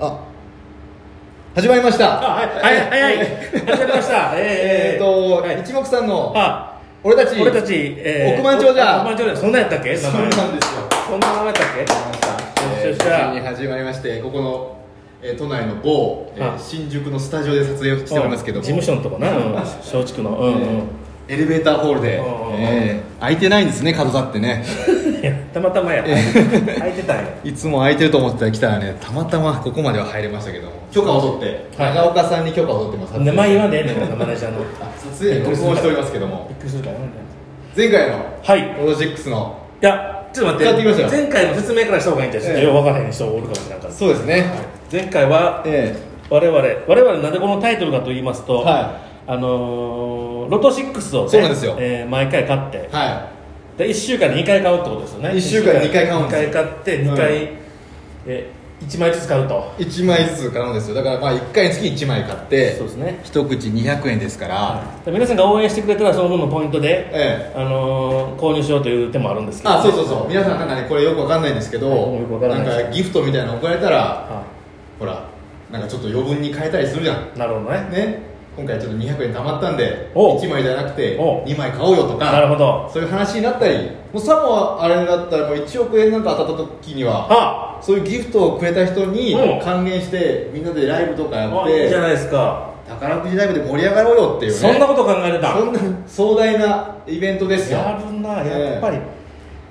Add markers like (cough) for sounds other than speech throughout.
あ始まりましたあはいはいはいはい始まりましたええーーと、はい一目散のあ俺たち俺たち、えー億万長者億万長者そんなんやったっけそ名うなん前ですよそんな名前やったっけえよーっしゃ無事に始まりましてここの、えー都内の某、えーあ新宿のスタジオで撮影をしておりますけども事務所のとこなうん松竹のうんうんエレベーターホールで、うんうんうんえー空いてないんですね角座ってねいやたまたまや空いてたん (laughs) やいつも空いてると思ってたら来たらねたまたまここまでは入れましたけども許可を取って、はい長岡さんに許可を取ってます名前言わねえねんこのマネージャーのあ撮影録音しておりますけどもびっくりするからうん前回のはいオロジックスのいやちょっと待やっってみましょてう前回の説明からした方がいいんじゃえなえいよう分からへん人もおるかもしれないからそうですね、前回はえ我々我々なぜこのタイトルかと言いますと、はあのーロト6を、ねそうなんですよえー毎回買っえてはで1週間に2回買うってことですよね一週間に二回買うんですよ二回買って2回、え1枚ずつ買うとい1枚ずつ買うんですよだからまあ1回につき1枚買ってそうですね一口200円ですから、で皆さんが応援してくれたらその分のポイントで、えあのー購入しようという手もあるんですけど、あそうそうそう皆さんなんかねこれよくわかんないんですけど、はいよくわからないですんかギフトみたいなの送られたらはほらなんかちょっと余分に変えたりするじゃんいなるほどねね今回ちょっと200円貯まったんでおう1枚じゃなくておう2枚買おうよとなるかほどそういう話になったりもうさもあれだったらもう1億円なんか当たった時にはあそういうギフトをくれた人にうん還元してみんなでライブとかやっあいいじゃてないですか、宝くじライブで盛り上がろうよっていうねそんなこと考えれたそんな壮大なイベントですよやるなええやっぱり、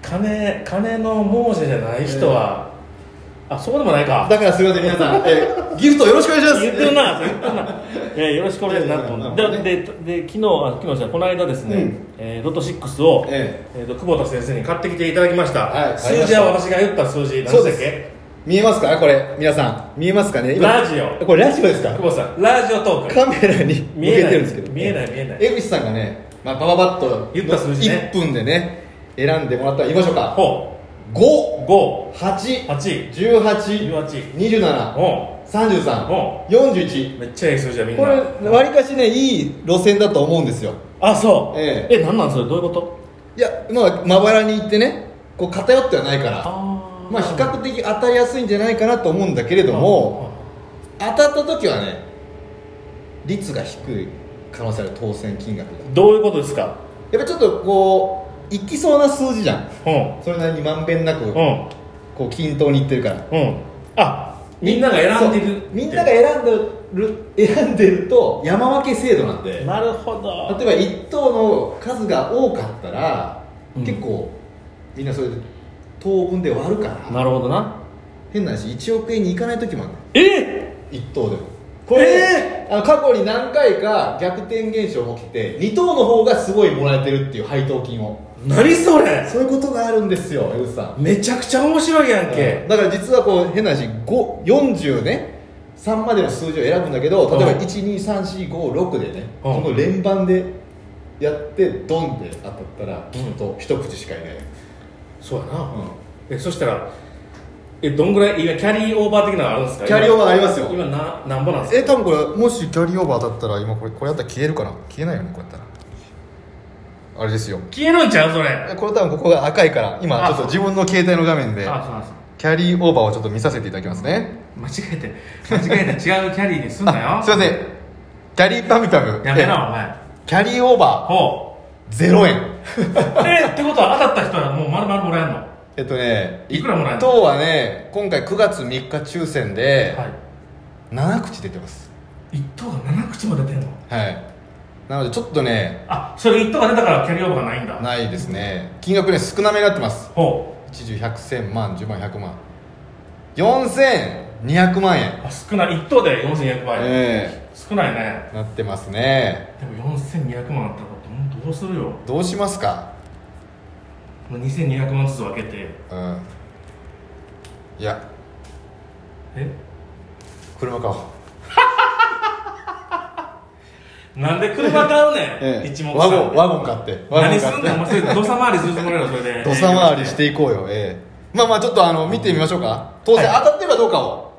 金金の亡者じゃない人は、あそうでもないかだからすみません皆さん、えーギフトよろしくお願いします言ってるな言ってる (laughs) な、えよろしくお願いしますなと思っていやいやいやででで昨日あ昨日じゃないこの間ですね、うんえーロト6を、ええーと久保田先生に買ってきていただきました、はい買いま数した字は私が言った数字何でそうしたでっすけ見えますかこれ皆さん見えますかねラジオこれラジオですか久保さんラジオトークカメラに向見けえてないるんですけど見えない見えない江口さんがね、まあ、バババッと言った数字ね1分でね選んでもらったら言いましょうかほう5 5 8 8 18 18 27ほ33おう41めっちゃいい数字だみんなこれわりかしねいい路線だと思うんですよあそうええなんなんそれどういうこといやまあまばらに行ってねこう偏ってはないからあまあ比較的当たりやすいんじゃないかなと思うんだけれども当たった時はね率が低い可能性ある当選金額がどういうことですかやっぱちょっとこういきそうな数字じゃんうんそれなりにまんべんなくうんこう均等にいってるからうんあみんなが選んでそうるみんなが選んでる選んでると山分け制度なんでなるほど例えば一等の数が多かったら、うん結構みんなそれで等分で割るからなるほどな変な話1億円に行かない時もあるのえ一等でもこれえーあの過去に何回か逆転現象起きて二等の方がすごいもらえてるっていう配当金を何それそういうことがあるんですよ江口さんめちゃくちゃ面白いやんけだから実はこう変な話5 40ね3までの数字を選ぶんだけど例えうんば123456でねうこんの連番でやってドンで当たったらきっと一口しかいない、そうやなうんえそしたらえどんぐらい今キャリーオーバー的なのあるんですかキャリーオーバーありますーよ今ななんぼなんですえか多分これもしキャリーオーバーだったら今これこれやったら消えるかな消えないよねこうやったらあれですよ消えるんちゃうそれあこれ多分ここが赤いから今あちょっと自分の携帯の画面そうでなんですキャリーオーバーをちょっと見させていただきますね間違えて間違えて違うキャリーにすんなよあすいませんキャリーパムパムやめなお前えキャリーオーバほうー0円 (laughs) えってことは当たった人はもう丸々もらえるのえっとねいくらもらえる1の等はね今回9月3日抽選では7口出てますい一等が七口も出てんのはいなのでちょっとねあそれ一等が出たからキャリーオーバーがないんだないですね金額ね少なめになってますほ10100万10万100万4200万円うあ少ない一等で4200倍、え少ないねえなってますねでも4200万あったらどうどうするよどうしますかもう2200万ずつ分けてうんいやえ車買おうなんで車買うねん、 (laughs) ええ一目ワ散ゴでンワゴン買ってワゴ何ンすんねんお買っ前それで土佐回りするつもりだろそれでて (laughs) 土佐回りしていこうよええまあまあちょっとあの見てみましょうか当選はい当たってるかどうかを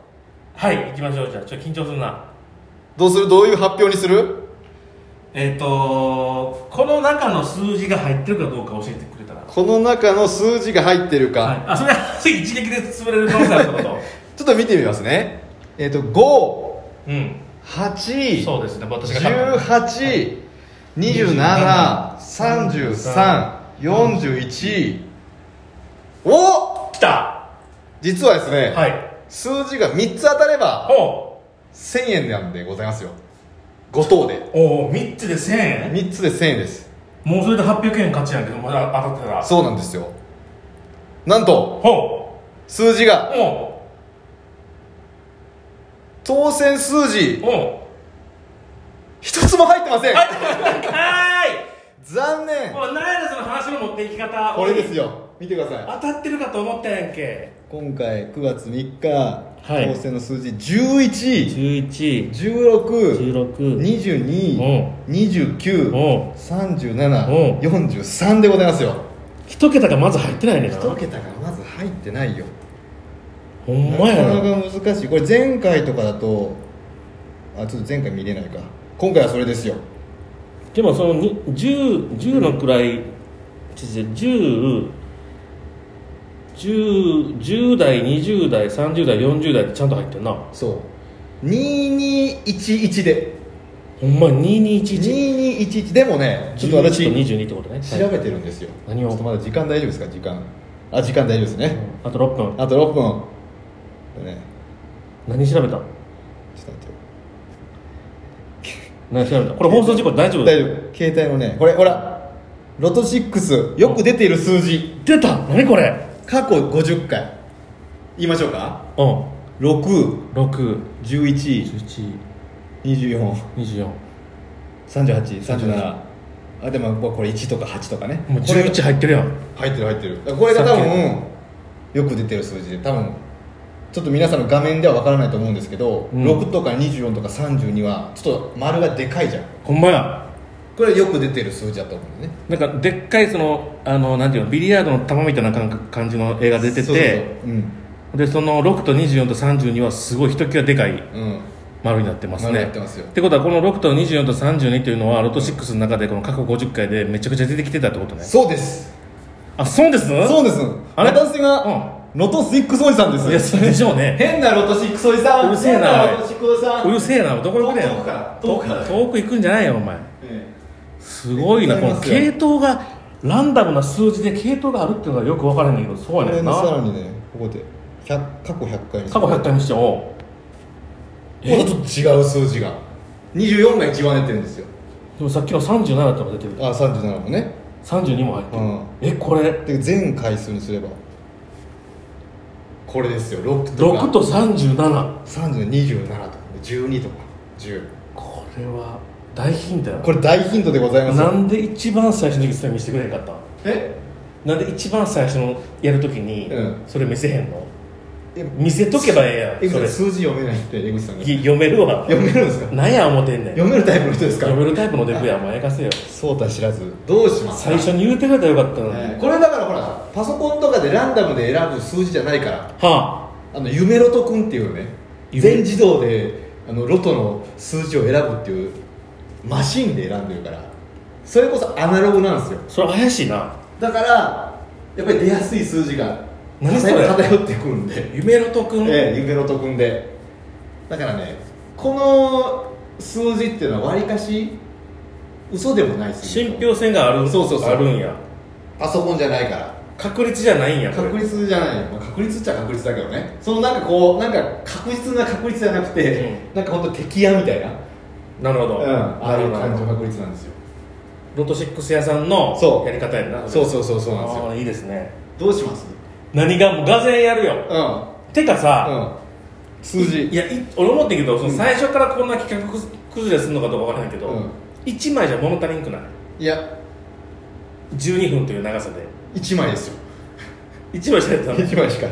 はい行きましょうじゃあちょっと緊張するなどうするどういう発表にするえっ、とこの中の数字が入ってるかどうか教えてくれたらこの中の数字が入ってるか、はい、あそれは一撃で潰れる可能性あるってことちょっと見てみますねえっ、と5うん (laughs) 8そうですね私が買ったの18 27 33 41お来た実はですね、はい数字が3つ当たればお1000円なんでございますよ5等でうおう3つで1000円3つで1000円ですもうそれで800円勝ちやんけどまだ当たってたらそうなんですよなんとほ数字うがほ当選数う字ほ1つも入ってませんうあは残ーい念もう何やねんその話の持っていき方これですよ見てください当たってるかと思ったやんけ今回9月3日、はい当選の数字11、 1116 16、22、うん29、うん37、43でございますよ一桁がまず入ってないねんな1桁がまず入ってないよほんなまやかななか難しいこれ前回とかだとあちょっと前回見れないか今回はそれですよでもそのに 10, 10の位、ちょっと10 10 10代20代30代40代ってちゃんと入ってんなそう2211でほんまに2211 2211でもねちょっと私11調22ってことね、はいべてるんですよ、何をちょっとまだ時間大丈夫ですか時間あ時間大丈夫ですね、あと6分あと6分ね何調べたちょっと待ってよ何調べたこれ放送事故大丈夫大丈夫携帯のねこれほらロト6よく出ている数字出た何これ過去50回言いましょうかうん6 6 11 11 24 24 38 37あでももうこれ1とか8とかねもうこれ11入ってるやん入ってる入ってるだからこれが多分よく出てる数字で多分ちょっと皆さんの画面では分からないと思うんですけど、うん6とか24とか32はちょっと丸がでかいじゃんほんまやこれよく出てる数字だと思うんだよねなんかでっかいそのあのなんていうのビリヤードの玉みたいな感感じの絵が出ててそうそうそううんでその6と24と32はすごいひときわでかいうん丸になってます丸やねってますよってことはこの6と24と32というのはロト6の中でこの過去50回でめちゃくちゃ出てきてたってことねそうですあそうですそうですあれ私がうロト6おじさんですんいやそうでしょうね変なロト6おじさんうるせえな変ロト6おじさんうるせえなどこ行くねん遠くから遠くから遠く行くんじゃないよお前えすごいあなりこがとうのございます系統がランダムな数字で系統があるっていうのがよく分からへんねんけどそえこうやねれんのなさら過にねここで100過去100回に去100回にしてもこれちょっと違う数字が24が一番出てるんですよでもさっきの37ってのが出てるあ37もね32も入ってるえこれで全回数にすればこれですよ6とか6と37 3027とか12とか10これは大ヒントやなこれ大ヒントでございますなよんで一番最初の時それ見せてくれへんかったんえなんで一番最初のやるときにうんそれ見せへんの、え見せとけばえ江えやんそ口れさん数字読めないって江口さんがい読めるわ読めるんですかなんや思てんねん読めるタイプの人ですか読めるタイプのデブやもうええかせよそうた知らずどうします最初に言うてくれたらよかったのに、ねこれだからほらパソコンとかでランダムで選ぶ数字じゃないからはあの夢ロト君っていうね夢全自動であのロトの数字を選ぶっていうマシンで選んでるからそれこそアナログなんですよあそれ怪しいなだからやっぱり出やすい数字が何それ偏偏ってくるんで、夢ロト君、ええ夢ロト君でだからねこの数字っていうのはわりかし嘘でもない数字信憑性があるそうそうそうあるんやパソコンじゃないから確率じゃないんやこれ確率じゃない、まあ、確率っちゃ確率だけどねそのなんかこうなんか確実な確率じゃなくて、なんか本当敵屋みたいな、なるほど、うん、ああないうるほど感じの確率なんですよロト6屋さんのそうやり方やんなそううそうそうそうなんですよいいですねどうします何がもうがぜやるようんてかさ、うん数字いやい俺思ってんけどそのうん最初からこんな企画くず崩れするのかどうかわからないけど、うん一1枚じゃ物足りんくないいや12分という長さで1枚 (laughs) ですよ1枚しかやったら1枚しか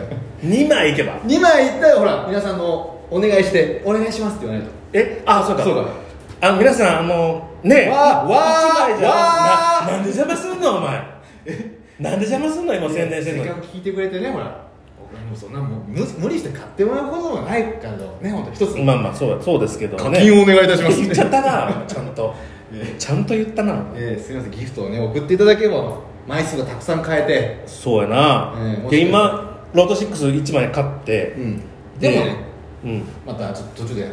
2枚いけば2枚いったらほら皆さんのお願いしてお願いしますって言わないとえあそうかそうかあの皆さんあのねわーわー1枚じゃわーななんで邪魔すんのお前なんで邪魔すんの今宣伝してんせっのかく聞いてくれてねほら僕はもうそんなもう無無理して買ってもらうこともないからね本当一つにまあまあそうだそうですけどね課金をお願いいた (laughs) します言っちゃったなちゃんとねちゃんと言ったなえーすみませんギフトをね送っていただければ枚数がたくさん変えてそうやなええで今ロート61枚買ってうんでもね、うんまたちょっと途中で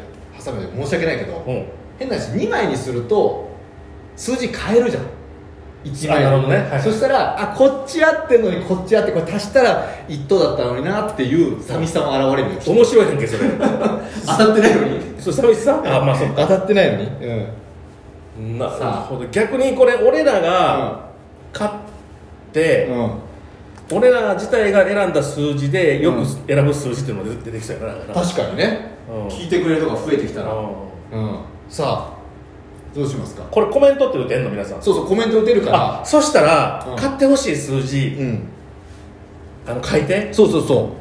挟めて申し訳ないけど、うん変な話2枚にすると数字変えるじゃん1枚あなるほどねはいはいそしたらあこっちあってんのにこっちあってこれ足したら1等だったのになっていう寂しさも現れるよ面白いやん (laughs) けそれ当たってないのにそう寂しさあまあそっか当たってないのにうんなるほど逆にこれ俺らが勝って、うん俺ら自体が選んだ数字でようくん選ぶ数字っていうのが出て出てきたからな確かにねうん聞いてくれる人が増えてきたらううんさあどうしますかこれコメントって打てんの皆さんそうそうコメント打てるからあそしたら、うん買ってほしい数字うんあの書いてそうそうそ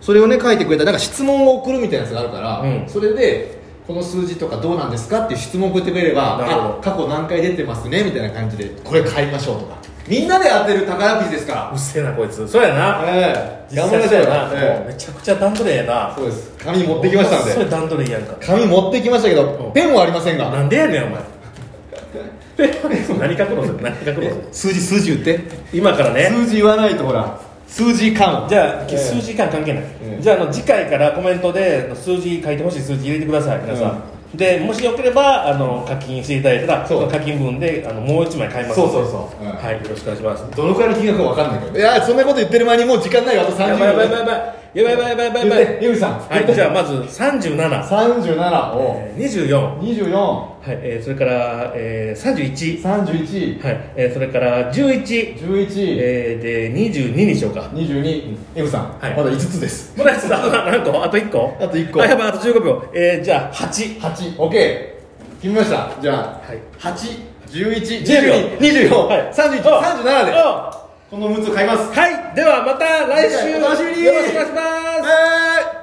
うそれをね書いてくれたなんか質問を送るみたいなやつがあるから、うんそれでこの数字とかどうなんですかっていう質問を送ってくれればなるほどあ過去何回出てますねみたいな感じでこれ買いましょうとかみんなで当てる宝くじですかうっせえなこいつそうやらなええ実際そうやな、もうえめちゃくちゃ段取りえええなそうです紙持ってきましたんそれで段取りいいやんか紙持ってきましたけうどんペンはありませんがなんでやねんお前 (laughs) 何書くのそれ何書くのそ数れ字数字言って今からね数字言わないとほら数字感じゃあ、ええ数字感関係ない、ええじゃああの次回からコメントで数字書いてほしい数字入れてください皆さん、でもしよければあの課金していただいたらそうその課金分であのもう一枚買いますそうそうそううんはいよろしくお願いしますどのくらいの金額か分かんないけどいやそんなこと言ってる間にもう時間ないよあと30秒やばいやばいやばいやばいやばいやばいやばいやばい言ってゆうさんはいじゃあまず37 37をえー24はい24えーそれからえー31 31はいえーそれから11 11えーで22にしようか二十二、エムさん、はいまだ五つです。村井さんあと何個あと1個あと一個あやばいあと15秒えーじゃあ8八、オッケー。決めました。じゃはいあ、八、十一、十二、10二十四、はい三十一、あ三十七で。あこの六つ買います。はいではまた来週お楽しみによろしくお願いしますえー